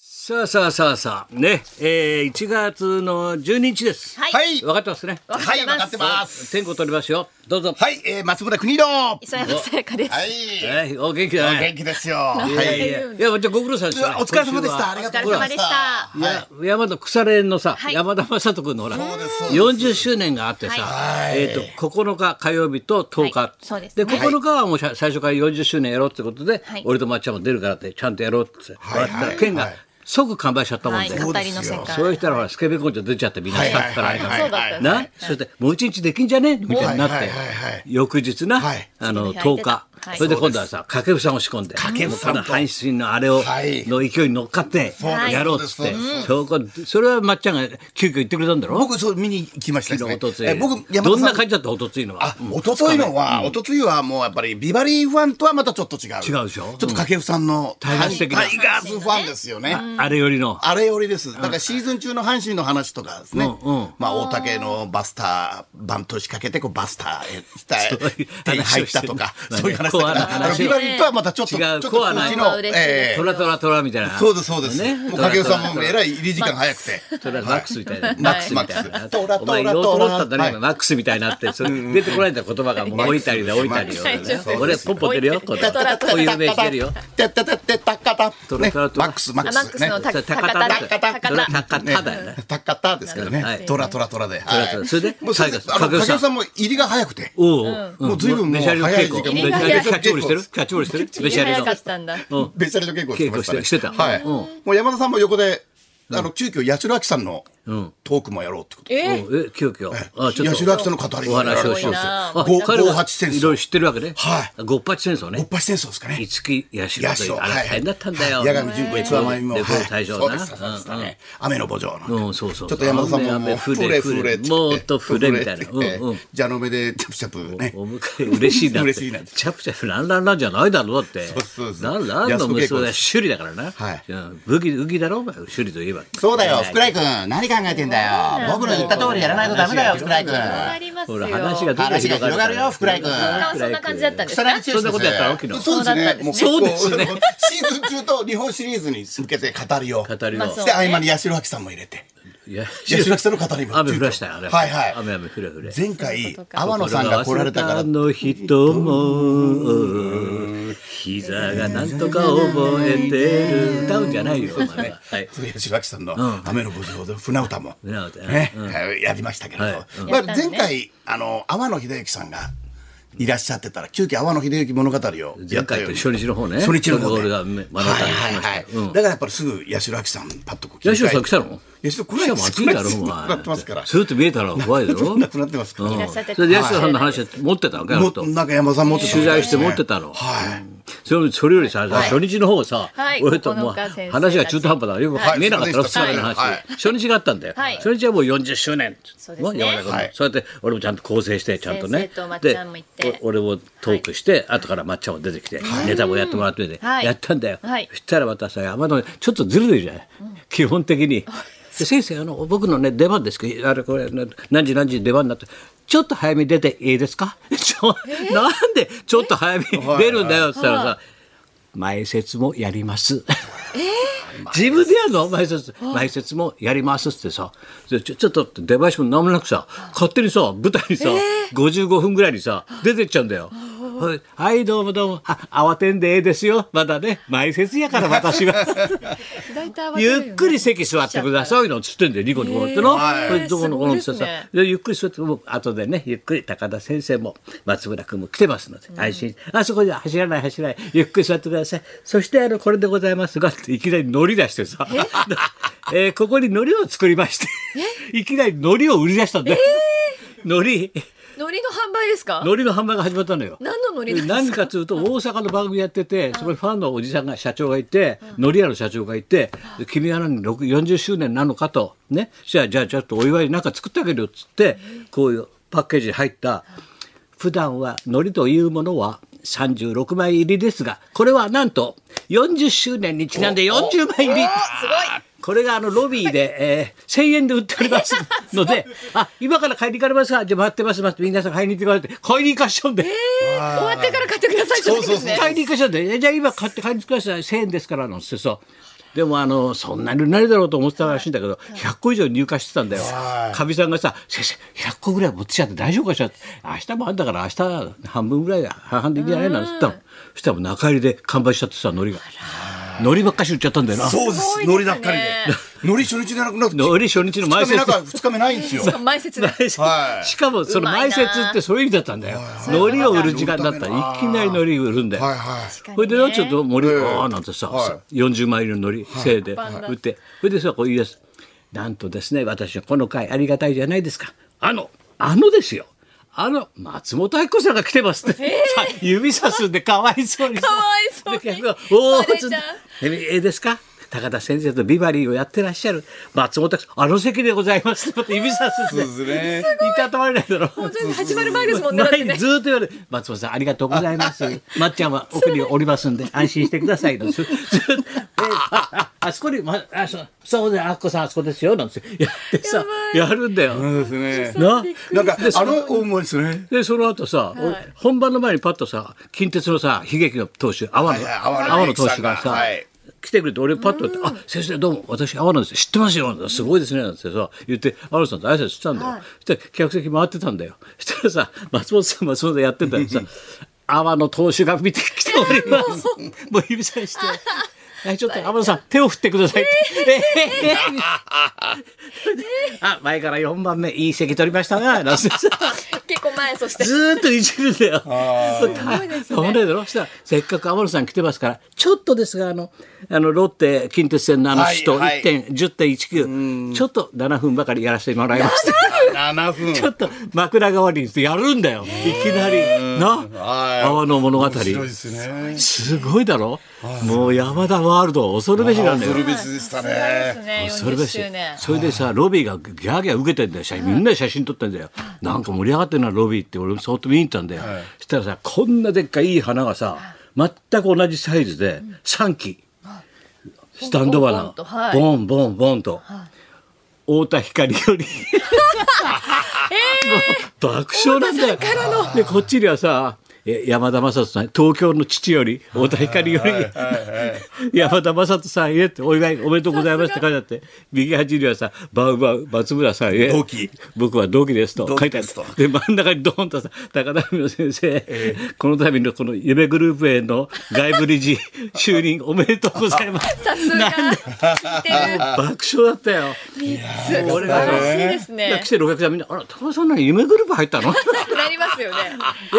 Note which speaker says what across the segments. Speaker 1: さあさあさあさあ、ね、えー、1月の12日です。
Speaker 2: はい
Speaker 3: はい
Speaker 1: 分かってますね。
Speaker 3: はい、わかってます。
Speaker 1: 天候取りますよ。どうぞ。
Speaker 3: はい、えー、松村邦洋。は
Speaker 2: 磯山さやかです。
Speaker 3: い、
Speaker 1: はい、お元気だ
Speaker 3: 元
Speaker 1: ね。
Speaker 3: 気ですよ。はい、
Speaker 1: いやいやいや、じゃあご苦労さんでし
Speaker 3: う
Speaker 1: たね
Speaker 3: わお疲れ様でした。あり
Speaker 2: お
Speaker 3: がと
Speaker 2: 疲れ
Speaker 3: うござ
Speaker 2: 様で
Speaker 3: いま
Speaker 2: し
Speaker 3: した。
Speaker 2: た。
Speaker 1: いや山田腐れ縁のさ、
Speaker 2: はい
Speaker 1: 山田雅人君のほら
Speaker 3: そうですそうです
Speaker 1: 40周年があってさ、
Speaker 3: はい
Speaker 1: えー、と9日火曜日と10日、
Speaker 2: はいそうですね
Speaker 1: 9日はもうさ最初から40周年やろうってことで、
Speaker 2: はい
Speaker 1: 俺とまっちゃんも出るからってちゃんとやろうって、
Speaker 3: はいはい
Speaker 1: やったら県が即完売しちゃったもん
Speaker 2: は
Speaker 1: で、
Speaker 2: い、語りの世界。
Speaker 1: そうしたらほらスケベ根性出ちゃってみんな
Speaker 3: は
Speaker 1: ス
Speaker 3: い
Speaker 1: タ
Speaker 3: は
Speaker 1: ッ
Speaker 3: い
Speaker 1: フから
Speaker 3: は
Speaker 1: あれ
Speaker 3: い
Speaker 1: が
Speaker 3: はい
Speaker 2: そうだ
Speaker 3: はい
Speaker 2: った
Speaker 1: な、そしてもう一日できんじゃねみたいになって、
Speaker 3: はいはいはいはい
Speaker 1: 翌日な、
Speaker 3: はい
Speaker 1: あの
Speaker 2: その
Speaker 1: 10日
Speaker 2: 日空いてたはい
Speaker 1: それで今度はさ掛布さんを仕込んで
Speaker 3: 掛布さんと
Speaker 1: もうこの阪神のあれを、
Speaker 3: はい
Speaker 1: の勢いに乗っかって
Speaker 2: です
Speaker 1: やろうっつって、
Speaker 3: そうです
Speaker 1: そうかそれはまっちゃんが急遽言ってくれたんだろ
Speaker 3: 僕、そう、見に行きましたです
Speaker 1: 昨日
Speaker 3: ね
Speaker 1: おとつ。
Speaker 3: え
Speaker 1: い
Speaker 3: ー僕、
Speaker 1: どんな
Speaker 3: さ
Speaker 1: 感じだったおとついのは
Speaker 3: あ、おとついのは、おとついはもうやっぱりビバリーファンとはまたちょっと違う。
Speaker 1: 違うでしょ
Speaker 3: ちょっと掛布さんの
Speaker 1: タイガース的な
Speaker 3: タイガースファンですよね。
Speaker 1: あれよりの
Speaker 3: あれよりです。だからシーズン中の阪神の話とかですね。
Speaker 1: うんうん
Speaker 3: まあ、大竹のバスター、バント仕掛けて、こう、バスタ ーへ来た、
Speaker 1: そういう
Speaker 3: 手に
Speaker 1: 話
Speaker 3: 入
Speaker 1: を
Speaker 3: っ
Speaker 1: して
Speaker 3: た
Speaker 1: る
Speaker 3: と か、
Speaker 1: まあね
Speaker 3: そういう話だか
Speaker 1: コアな
Speaker 3: ら、あの
Speaker 1: 話を
Speaker 3: ビバリーとはまたちょっと、
Speaker 1: 違
Speaker 3: ちょ
Speaker 1: う
Speaker 3: っと
Speaker 1: コアな
Speaker 3: 空気
Speaker 2: まあ
Speaker 3: の、
Speaker 2: 嬉しいです
Speaker 1: トラトラトラみたいな
Speaker 3: そうです、そうです。もう、
Speaker 1: トラト
Speaker 3: 掛
Speaker 1: ラ
Speaker 3: 布さんもえらい入り時間早くて。
Speaker 1: それはマックスみたいな、
Speaker 3: マ
Speaker 1: マ
Speaker 3: ッ
Speaker 1: ッ
Speaker 3: ク
Speaker 1: ク
Speaker 3: ス
Speaker 1: ス
Speaker 3: マッ
Speaker 1: み
Speaker 3: ク
Speaker 1: たいな
Speaker 3: ストラ、
Speaker 1: お前
Speaker 3: トラ
Speaker 1: ロートロったんだ
Speaker 3: は
Speaker 1: ね
Speaker 3: い
Speaker 1: 今マックスみたいになってそれ出てこないんだ言葉がもう置いたりだ置いたりよ
Speaker 2: マックス
Speaker 1: 俺ポンポン出るよこうやってこういう名してるよ
Speaker 3: てってってってったっかた。
Speaker 1: トラ
Speaker 3: ね
Speaker 1: トラト
Speaker 3: マ
Speaker 1: ラ
Speaker 3: ックス、マ
Speaker 2: あ
Speaker 3: ック
Speaker 2: マック
Speaker 3: ス。
Speaker 2: ス
Speaker 3: ね
Speaker 2: の
Speaker 1: 高
Speaker 2: 高田
Speaker 1: 田高
Speaker 2: 高田
Speaker 1: 田
Speaker 2: 高
Speaker 1: 高田だよね
Speaker 3: ねたかたですけど
Speaker 1: は
Speaker 3: ね
Speaker 1: い。
Speaker 3: トラトラトラで。
Speaker 1: トラトラ
Speaker 3: はい
Speaker 1: それで
Speaker 3: もう先
Speaker 1: タイガース
Speaker 3: あの
Speaker 1: 掛布さん
Speaker 3: 掛布さんも入りが早くて。
Speaker 1: おうお
Speaker 3: もう随分もう
Speaker 1: メシャリの
Speaker 3: 早い
Speaker 1: 稽古
Speaker 3: 時間
Speaker 1: メシャリのキャッチボールしてるキャッチボールしてるメ
Speaker 2: 田
Speaker 1: シャリ
Speaker 2: 早
Speaker 1: の
Speaker 2: かったんだ。
Speaker 1: うん
Speaker 3: ベシャリの稽古をしてました
Speaker 1: 稽古して
Speaker 3: ね。
Speaker 1: してた
Speaker 3: はい。
Speaker 1: うん
Speaker 3: もう山田さんも横で、あの、急遽八代亜紀さんの
Speaker 1: ん
Speaker 3: トークもやろうってこと。
Speaker 2: え
Speaker 1: おうえ急遽あちょっと
Speaker 3: 八代亜紀さんの語り
Speaker 1: お話をしようと
Speaker 2: す
Speaker 3: よう
Speaker 1: あ
Speaker 3: ご
Speaker 1: 彼
Speaker 3: ご
Speaker 1: は
Speaker 3: 八戦争
Speaker 1: いろいろ知ってるわけね
Speaker 3: はい
Speaker 1: ごっぱち戦争
Speaker 3: おっ
Speaker 1: ね
Speaker 3: ぱい戦争ですかね。
Speaker 1: 五木八代というあれ
Speaker 3: は
Speaker 1: 大
Speaker 3: い
Speaker 1: 変だったんだよ
Speaker 3: 八神純子、つわまみも。
Speaker 1: レコード
Speaker 3: はい
Speaker 1: 大賞
Speaker 3: そう
Speaker 1: だ
Speaker 3: で
Speaker 1: な
Speaker 3: したそうでしたね。雨の墓場なんか
Speaker 1: うんそうそう
Speaker 3: ちょっと山田さんももう、
Speaker 1: 雨
Speaker 3: ふ
Speaker 1: 降れ
Speaker 3: れ
Speaker 1: 降れ
Speaker 3: ふれって。
Speaker 1: もっとふれみたいな
Speaker 3: ふれって
Speaker 1: うんうん
Speaker 3: じゃの目で、チャプチャプね。
Speaker 1: お迎え嬉しいなって。
Speaker 3: 嬉しいなって
Speaker 1: チャプチャプランランランじゃないだろうだって。
Speaker 3: そうそうそう
Speaker 1: ランランの
Speaker 3: 安子稽
Speaker 1: 娘
Speaker 3: 古で
Speaker 1: は
Speaker 3: す
Speaker 1: 首里だからな。
Speaker 3: はい
Speaker 1: うん武器武器だろお前首里といえば。
Speaker 3: そうだよ、福来君、何考えてんだよ。僕の言った通りやらないとダメだよ、福来君。
Speaker 2: あります
Speaker 1: ほら
Speaker 2: よ。
Speaker 1: 話がどんどん
Speaker 3: 話が広がるよ、福来君。
Speaker 2: そんな感じだったんです
Speaker 3: 草
Speaker 2: か
Speaker 3: 薙剛。です
Speaker 1: そんなことやったの昨日
Speaker 3: そうですね。もう結構
Speaker 1: そうですね
Speaker 3: シーズン中と日本シリーズに向けて語りを。
Speaker 1: 語りを
Speaker 2: まあそ
Speaker 3: そうして合間に八代亜紀さんも入れて。
Speaker 1: いや
Speaker 3: 八代亜紀さんの語りも。
Speaker 1: 雨降らしたよあれ。
Speaker 3: はいはい。
Speaker 1: 雨雨降れ降れ。
Speaker 3: 前回、天野さんが来られたから
Speaker 1: あ。の人も膝がなんとか覚えてる歌うんじゃないよ。お前ははい。
Speaker 3: 八代亜紀さんの「雨の墓場」で船歌も、
Speaker 1: 船歌
Speaker 3: ねやりましたけれど、
Speaker 1: はい
Speaker 3: まあ、
Speaker 2: やったね
Speaker 3: 前回あの天野秀幸さんがいらっしゃってたら急遽天野秀幸物語をや
Speaker 1: 前
Speaker 3: った
Speaker 1: 回
Speaker 3: よ
Speaker 1: と初日の方ね。
Speaker 3: 初日の方で
Speaker 1: 俺が目目の当たりに
Speaker 3: はい
Speaker 1: しました
Speaker 3: は
Speaker 1: よ
Speaker 3: いは。い
Speaker 1: うん
Speaker 3: だからやっぱりすぐ八代亜紀さんパッとこう
Speaker 1: 八代さん来たの
Speaker 3: 八代来
Speaker 1: しか
Speaker 3: ないで
Speaker 1: も
Speaker 3: す
Speaker 1: 暑いだろ、お
Speaker 3: 来な
Speaker 1: 前。
Speaker 3: いですなくなってますから
Speaker 1: スーツ見えたら怖い だろ。
Speaker 3: なくなってますから、
Speaker 2: いらっしゃって
Speaker 1: そ
Speaker 2: た
Speaker 1: れで安田さんの話は持ってたのかよ、あ
Speaker 3: も
Speaker 1: の人
Speaker 3: なんか山田さん持ってたみ
Speaker 1: 取
Speaker 3: たい
Speaker 1: 材
Speaker 3: で
Speaker 1: し
Speaker 3: す
Speaker 1: て
Speaker 3: ね
Speaker 1: 持ってたの。
Speaker 3: はい
Speaker 1: それそれよりさ、初日の方さ、
Speaker 2: はい
Speaker 1: 俺ともう
Speaker 2: 小野川先生
Speaker 1: 話が中途半端だよく
Speaker 3: はい
Speaker 1: 見えなかったの、
Speaker 3: はい
Speaker 1: 二日目の話、
Speaker 3: はい
Speaker 1: 初日があったんだよ、
Speaker 2: はい
Speaker 1: 初日はもう40周年
Speaker 2: そうですね
Speaker 1: も山田君も
Speaker 3: はい
Speaker 1: そうやって俺もちゃんと構成してちゃんとね
Speaker 2: 先生とまっちゃんも行って
Speaker 1: でお俺もトークして、後からまっちゃんも出てきて、ネタもやってもらってね、
Speaker 2: はい
Speaker 1: やったんだよ、
Speaker 2: はい
Speaker 1: そしたらまたさ山田のちょっとずるいじゃない、基本的 に。で先生あの僕のね出番ですけどあれこれな何時何時に出番になってちょっと早めに出ていいですか ちょなんでちょっと早めに出るんだよって言ったらさ前説もやります。自分でやるの前説前説もやりますってさでちょちょっとって出囃子も何もなくさ勝手にさ舞台にさ、55分ぐらいにさ出てっちゃうんだよ。はいはいどうもどうもあ慌てんでええですよまだね前説やから私は
Speaker 2: 大体
Speaker 1: ゆっくり席座ってくださいのつってんだよニコニコっての、
Speaker 3: はい
Speaker 1: これどこのこのって
Speaker 2: す
Speaker 1: さ
Speaker 2: ごいですね
Speaker 1: でゆっくり座ってもう後でねゆっくり高田先生も松村君も来てますので安心、あそこじゃ走らない走らないゆっくり座ってくださいそしてあのこれでございますがっていきなり乗り出してさ えーここに海苔を作りましていきなり海苔を売り出したんだよ、海苔
Speaker 2: 海苔の販売ですか。
Speaker 1: 海苔の販売が始まったのよ
Speaker 2: 何の海苔なんです
Speaker 1: 何
Speaker 2: か。
Speaker 1: かというと大阪の番組やっててそこにファンのおじさんが社長がいて海苔屋の社長がいて「君は何6 40周年なのかと」ね「じゃあじゃあちょっとお祝いなんか作ってあげるよ」っつってこういうパッケージに入った普段は海苔というものは36枚入りですがこれはなんと40周年にちなんで40枚入り
Speaker 2: すごい。
Speaker 1: これがあのロビー で、えー1000円で売っておりますので、あ、今から買いに行かれますかじゃあ待ってます、待って、皆さん買いに行ってくださいって、買いに行かしちゃうんで。
Speaker 2: 終わってから買ってくださいってことですね。
Speaker 1: 買いに行かしちゃうんで、えじゃあ今買って買いに行ってください、1000円ですから、なんつってさ。でもあのそんなに売れないだろうと思ってたらしいんだけど100個以上入荷してたんだよかみさんがさ「先生100個ぐらい持ってきちゃって大丈夫かしら」って「明日もあんだから明日半分ぐらい半々でいいんじゃない?」なんつったのそしたらもう中入りで完売しちゃってさ海苔が海苔ばっかし売っちゃったんだよな
Speaker 3: そうですす。
Speaker 2: ごいですね
Speaker 3: 海苔ばっかりで。海苔初日じゃなくなって。
Speaker 1: 海苔初日の前
Speaker 3: 二日
Speaker 1: 説
Speaker 3: 目なんか二日目ないんですよ。
Speaker 2: 前説で。
Speaker 3: はい
Speaker 1: しかもその前説ってそういう意味だったんだよ海苔を売る時間だったらいきなり海苔売るんだよ
Speaker 3: はいはい。
Speaker 1: これでなちょっと森
Speaker 3: ええ
Speaker 1: ああなんてさ、
Speaker 3: は
Speaker 1: 40枚入りの海苔せいで売ってそれでさこう言い出すなんとですね私はこの回ありがたいじゃないですかあのあのですよあの松本明子さんが来てますって、さ 指さすんでかわいそうにさ
Speaker 2: かわいそうに
Speaker 1: で客がおお
Speaker 2: バレちゃう
Speaker 1: ええですか高田先生とビバリーをやってらっしゃる松本明子あの席でございますって指さすんで
Speaker 3: そうですね。
Speaker 1: いたたまれないだろ
Speaker 2: 本当に始まる前ですもんね。だってね
Speaker 1: ずーっと言われる松本さんありがとうござい ます。まっちゃんは奥におりますんで安心してください。なんですずーっとえあああそこにまあそうそうであっこさんあそこですよなんてやってさやるんだよ。
Speaker 3: そうですね。
Speaker 1: な。
Speaker 3: なんかあの思いですね。
Speaker 1: でその後さ、俺本番の前にパッとさ近鉄のさ悲劇の投手阿波
Speaker 3: い
Speaker 1: 野
Speaker 3: はい阿波野
Speaker 1: 阿波野投手がさ、
Speaker 3: はい
Speaker 1: 来てくれて俺パッと言って「あ先生どうも私阿波野です知ってますよ」すごいですね」なんてさ言って阿波野さんと挨拶したんだよ、そしたら客席回ってたんだよそしたらさ松本さん松本さんやってたら さ阿波野投手が見てきておりますもう指さ して。はいちょっと天野さん手を振ってくださいって。えー あ前から4番目いい席取りましたな。なんてさ
Speaker 2: 結構前、そして。
Speaker 1: ずーっといじるんだよ。そうだよ。そしたらせっかく天野さん来てますから、ちょっとですが、あの、あの、ロッテ近鉄線のあの
Speaker 3: はい
Speaker 1: 首都
Speaker 3: はい
Speaker 1: 1点、10.19、ちょっと7分ばかりやらせてもらいました。
Speaker 3: 七分。
Speaker 1: ちょっと枕代わりにしてやるんだよ。いきなり。
Speaker 3: は
Speaker 1: な。
Speaker 3: い
Speaker 1: 泡の物語。
Speaker 3: 面白いですね。
Speaker 1: すごいだろもう山田ワールド恐るべしなんだよ
Speaker 3: 恐。るべしでした
Speaker 2: です
Speaker 3: ね。
Speaker 2: ね。
Speaker 1: それ
Speaker 2: 40
Speaker 1: だし
Speaker 2: 周年。
Speaker 1: それでさロビーがギャーギャー受けてんだよ写真みんなで写真撮ってんだよ、なんか盛り上がってるなロビーって俺もそっと見に行ったんだよ、そしたらさこんなでっかいいい花がさ全く同じサイズで3基、スタンド
Speaker 2: ポンポンポ
Speaker 1: 花
Speaker 2: ンとはい
Speaker 1: ボンボンボンと、太田光より 爆笑なんだよでこっちにはさえ山田雅人さん東京の父より太田光より山田雅人さんへってお祝いおめでとうございますって書いてあって右端にはさバウバウ松村さんへ
Speaker 3: 同期
Speaker 1: 僕は同期ですと
Speaker 3: 同
Speaker 1: 書
Speaker 3: 期
Speaker 1: いてある
Speaker 3: ですと
Speaker 1: で真ん中にドーンとさ高田文夫先生、この度のこの夢グループへの外部理事就任おめでとうございます
Speaker 2: さすが。聞いてる。
Speaker 1: 爆笑だったよ
Speaker 2: 素晴らしいです
Speaker 1: だ
Speaker 2: ね
Speaker 1: 来。てるお客さんみんな「あら高田さん何夢グループ入ったの? 」
Speaker 2: なりますよね。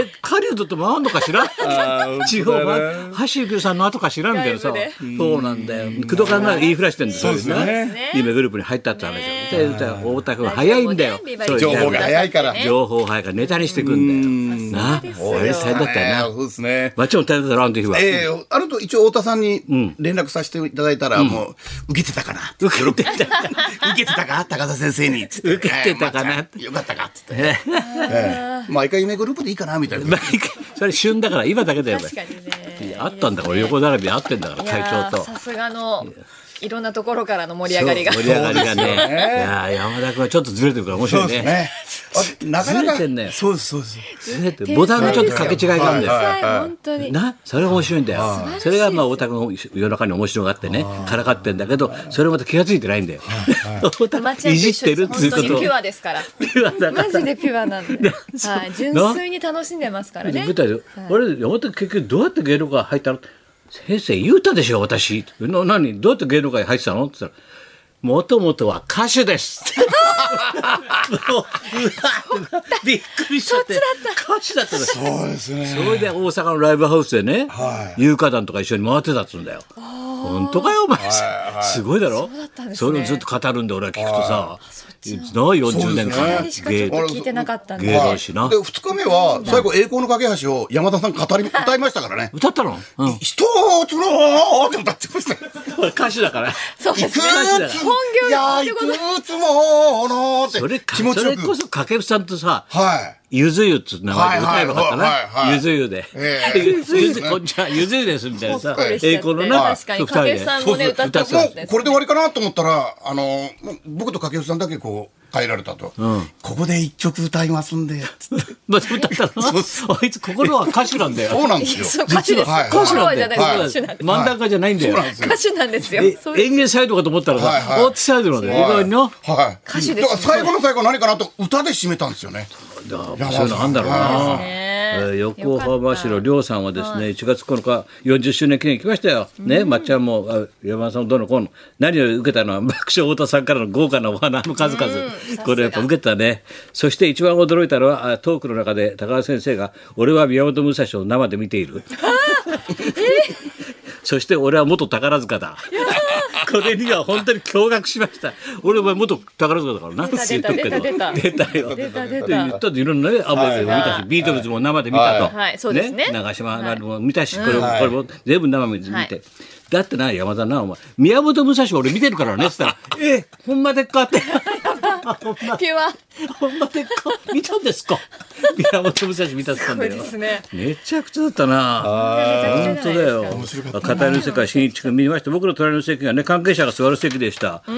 Speaker 1: え狩人と回んのか知らん
Speaker 3: ー
Speaker 1: 地方
Speaker 3: 本当だね
Speaker 1: 版橋幸夫さんの後か知らんみたいなさ
Speaker 2: ライ
Speaker 1: そうなんだよ工藤さんが言いふらしてんだよそう
Speaker 3: ですね
Speaker 1: 夢グループに入ったって話だよで歌は太田君早いんだよ
Speaker 2: ラジオもねビバリ
Speaker 1: そ
Speaker 2: ー
Speaker 1: う
Speaker 3: 情報が早いから。
Speaker 2: ね
Speaker 1: 情報早いからネタにしてくんだよなあ俺大変だったよな
Speaker 3: そうですね。
Speaker 1: 町も大変だったろあの時は
Speaker 3: ええあのと一応太田さんに連絡させていただいたら、もう、受けてたかな。
Speaker 1: 受けてた
Speaker 3: 受けてたか高田先生に。受
Speaker 1: 受けてたかな
Speaker 3: よかったかっつって。ええ毎回夢グループでいいかなみたいな。
Speaker 1: 毎回それ旬だから今だけだよお前
Speaker 2: 確かにね。
Speaker 1: あったんだから横並びあってんだから
Speaker 2: いや
Speaker 1: 会
Speaker 2: ー
Speaker 1: 長と
Speaker 2: さすがの。いろんなところからの盛り上がりが。
Speaker 1: 盛り上がりがね
Speaker 3: そうですよね
Speaker 1: いやー山田君はちょっとずれてるから面白いね
Speaker 3: あなかなか
Speaker 1: ずれてんね
Speaker 3: そうですそうです。
Speaker 1: ずれてるボタンがちょっと掛け違いがあるんだよ
Speaker 2: はい本当に。
Speaker 1: なそれが面白いんだよそれがまあ太田君を夜中に面白がってねからかってんだけどそれまた気が付いてないんだよ太田
Speaker 2: 町
Speaker 1: 君いじってるっていうこと
Speaker 2: 本当に
Speaker 1: を
Speaker 2: ピュアです から。
Speaker 1: ピュアだから
Speaker 2: マジでピュアなんで。はい、純粋に楽しんでますからね。
Speaker 1: 舞台であれ山田君結局どうやって芸能界入ったの先生言うたでしょ私な何どうやって芸能界入ってたのって言ったらもともとは歌手です。 もううわびっくりしちゃって。歌手だったの
Speaker 3: そうですね。
Speaker 1: それで大阪のライブハウスでね、有価団とか一緒に回ってたっつうんだよ。本当かよ、お前、すごいだろ
Speaker 2: そうだったんですね
Speaker 1: それをずっと語るんで、俺は聞くとさ、な40年
Speaker 3: そう
Speaker 1: 間
Speaker 3: で
Speaker 2: しかちょ
Speaker 1: 芸
Speaker 2: っと聞いてなかったん
Speaker 1: 芸
Speaker 2: で。
Speaker 1: 能史な
Speaker 3: で二日目は最後栄光の架け橋を山田さん語り歌いましたからね。
Speaker 1: 歌ったのうん。
Speaker 3: 一つのって歌ってました。
Speaker 1: 俺歌手だから。
Speaker 2: そうで
Speaker 3: いく
Speaker 2: すね。
Speaker 3: つ
Speaker 2: 本業
Speaker 3: いやいくつものって
Speaker 1: それか
Speaker 3: 気持ち
Speaker 1: そ
Speaker 3: よ
Speaker 1: れ
Speaker 3: く
Speaker 1: こそ掛布さんとさ、
Speaker 3: はい。
Speaker 1: ゆず湯っつう名前で歌えばよかった
Speaker 3: はいはいはいは
Speaker 1: な。
Speaker 3: い
Speaker 1: ゆず湯で。
Speaker 3: ええ
Speaker 1: ゆゆず、こんにちは、ゆず湯ですみたいなさ
Speaker 2: ほっこりし。ちゃって
Speaker 1: 栄光のな、
Speaker 2: 確かに
Speaker 1: そう二人で
Speaker 2: 掛布さんもね
Speaker 1: そうそう
Speaker 2: 歌ってま
Speaker 1: 歌
Speaker 2: す
Speaker 1: っ
Speaker 2: ね
Speaker 1: て
Speaker 3: もうこれで終わりかなと思ったらあのもう僕と掛布さんだけこう帰られたと、ここで一曲歌いますんでつって
Speaker 1: また歌ったのあいつ心は歌手なんだよ。
Speaker 3: そうなんです よ
Speaker 2: そう歌手です。
Speaker 3: はい
Speaker 1: 歌手
Speaker 2: 心
Speaker 1: な
Speaker 2: は
Speaker 1: ん
Speaker 2: じ
Speaker 1: だよ
Speaker 2: ゃない歌
Speaker 3: はい
Speaker 2: 手なんです。
Speaker 1: 漫談家じゃないんだ
Speaker 3: そう
Speaker 1: よ
Speaker 3: なん。ですよ
Speaker 2: 歌手なんですよ
Speaker 1: え。
Speaker 2: そう
Speaker 1: 演芸サイドかと思ったら
Speaker 3: はいは
Speaker 1: さ、
Speaker 3: い
Speaker 1: オーツサイドなんだよ。意
Speaker 3: はい
Speaker 1: 外にな。
Speaker 3: はい、
Speaker 2: 歌手ですね
Speaker 3: だから最後の最後何かなと歌で締めたんですよね
Speaker 1: そういうのあんだろう
Speaker 3: は
Speaker 1: な。
Speaker 2: ね
Speaker 1: えー横
Speaker 2: よ
Speaker 1: 浜
Speaker 2: か
Speaker 1: 市
Speaker 2: った
Speaker 1: の亮さんはですね、1月9日40周年記念来ましたよ、ね、まっちゃんもあ山田さんもどうのこうの何より受けたのは爆 笑太田さんからの豪華なお花の数々、これやっぱ受けたねそして一番驚いたのはあトークの中で高橋先生が「俺は宮本武蔵を生で見ている」 そして俺は元宝塚だ。これには本当に驚愕しました。俺お前元宝塚だからな。
Speaker 2: 出た
Speaker 1: って言っとくけど
Speaker 2: 出
Speaker 1: 出たよ。
Speaker 2: 出た
Speaker 1: で
Speaker 2: 出た
Speaker 1: 言ったっていろんなね、アマゾンも見た
Speaker 2: は
Speaker 1: し
Speaker 2: い、
Speaker 1: ビートルズも生で見た
Speaker 3: は
Speaker 1: と。
Speaker 2: いはいそうですね
Speaker 1: 長島なるも見たし、これも、
Speaker 3: はい
Speaker 1: これも全部生で見て。
Speaker 2: はい
Speaker 1: だってな、山田な、お前、宮本武蔵俺見てるからねって 言ったら、ええ、ほんまでっかって。
Speaker 2: ピュア。
Speaker 1: ほんまでっか見たんですか宮本武蔵見たって言ったんだよ。
Speaker 2: すごいですね
Speaker 1: めちゃくちゃだったな。本当だよ。語りの世界新一君見ました。僕の隣の席がね関係者が座る席でした。え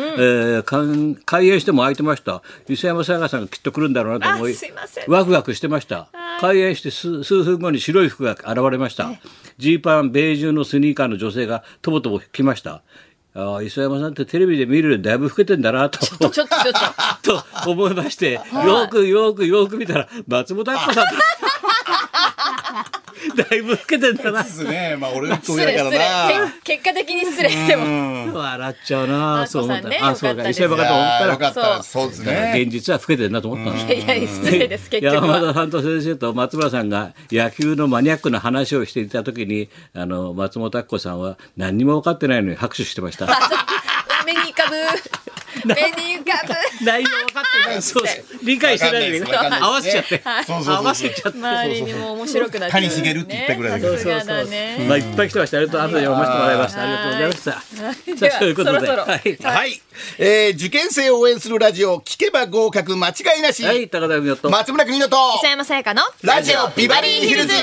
Speaker 1: ーかん開演しても空いてました。磯山さやかさんがきっと来るんだろうなと思い
Speaker 2: あすいません
Speaker 1: ワクワクしてました。開演して数数分後に白い服が現れました。ジーパンベージュのスニーカーの女性がとぼとぼ来ました。ああ磯山さんってテレビで見るよりだいぶ老けてんだなと。
Speaker 2: ちょっとちょっ と。
Speaker 1: と思いまして、よくよくよく見たら、松本明子 さんだ。だいぶ老けてんだな。
Speaker 3: です ねまあ俺の
Speaker 2: 失
Speaker 3: 通
Speaker 2: 礼
Speaker 3: だか
Speaker 2: 失
Speaker 3: ら
Speaker 2: 礼
Speaker 3: な。
Speaker 2: け結果的に失礼でも。
Speaker 1: 笑っちゃうな、
Speaker 2: 明
Speaker 1: そう思
Speaker 2: 子さ
Speaker 1: っ
Speaker 2: ん
Speaker 1: た。
Speaker 2: ね
Speaker 1: あ、そう
Speaker 2: よかった
Speaker 1: か、
Speaker 2: です
Speaker 1: 石山かと思っ
Speaker 3: あ
Speaker 1: た
Speaker 3: ー
Speaker 1: ら
Speaker 3: よかっ
Speaker 2: そう
Speaker 3: たそうですね
Speaker 1: 現実は老けてるなと思ったの。
Speaker 2: いやいや失礼です結局
Speaker 1: 山田
Speaker 2: は。
Speaker 1: さんと先生と松村さんが野球のマニアックな話をしていた時にあの松本明子さんは何にも分かってないのに拍手してま した。
Speaker 2: 目に浮かぶ。目に浮かぶ。
Speaker 1: 内容分かってない。そうそう理解してないんだけど
Speaker 3: わかんないです
Speaker 1: 合わせちゃって
Speaker 3: はいそうそうそうそう
Speaker 1: 合わせちゃって。
Speaker 2: 周りにも面白くなっちゃう、ね。
Speaker 3: 谷繁って言ってくれたけど
Speaker 2: さすがだね。
Speaker 1: まあ、いっぱい来てました。ありがとう、後で読ませてもらいました。あ
Speaker 2: は
Speaker 1: り
Speaker 2: い
Speaker 1: がとうございました。
Speaker 2: で
Speaker 1: さ
Speaker 2: は
Speaker 1: あ、そういう ことで。
Speaker 2: そろそろ
Speaker 1: はい。
Speaker 3: はい、えー、受験生を応援するラジオ聞けば合格間違いなし、
Speaker 1: はい、高田文夫と。
Speaker 3: 松村邦乃と
Speaker 2: 磯山さやかの
Speaker 3: ラジオビバリーヒルズ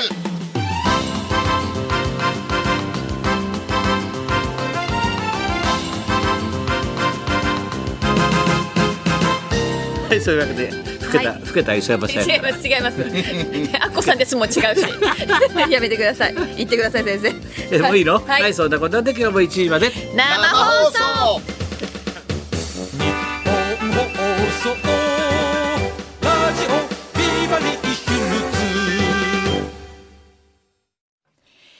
Speaker 1: はい、そういうわけで、老けた、
Speaker 2: はい
Speaker 1: 老けた磯山さん
Speaker 2: 違い
Speaker 1: や。
Speaker 2: ます違います。 あっこさんですもう違うし。やめてください。言ってください先生。
Speaker 1: え、もういいの
Speaker 2: は。
Speaker 1: はいい、そんなことで今日も1時まで。
Speaker 2: 生放送。
Speaker 4: 放送ラジオビバリー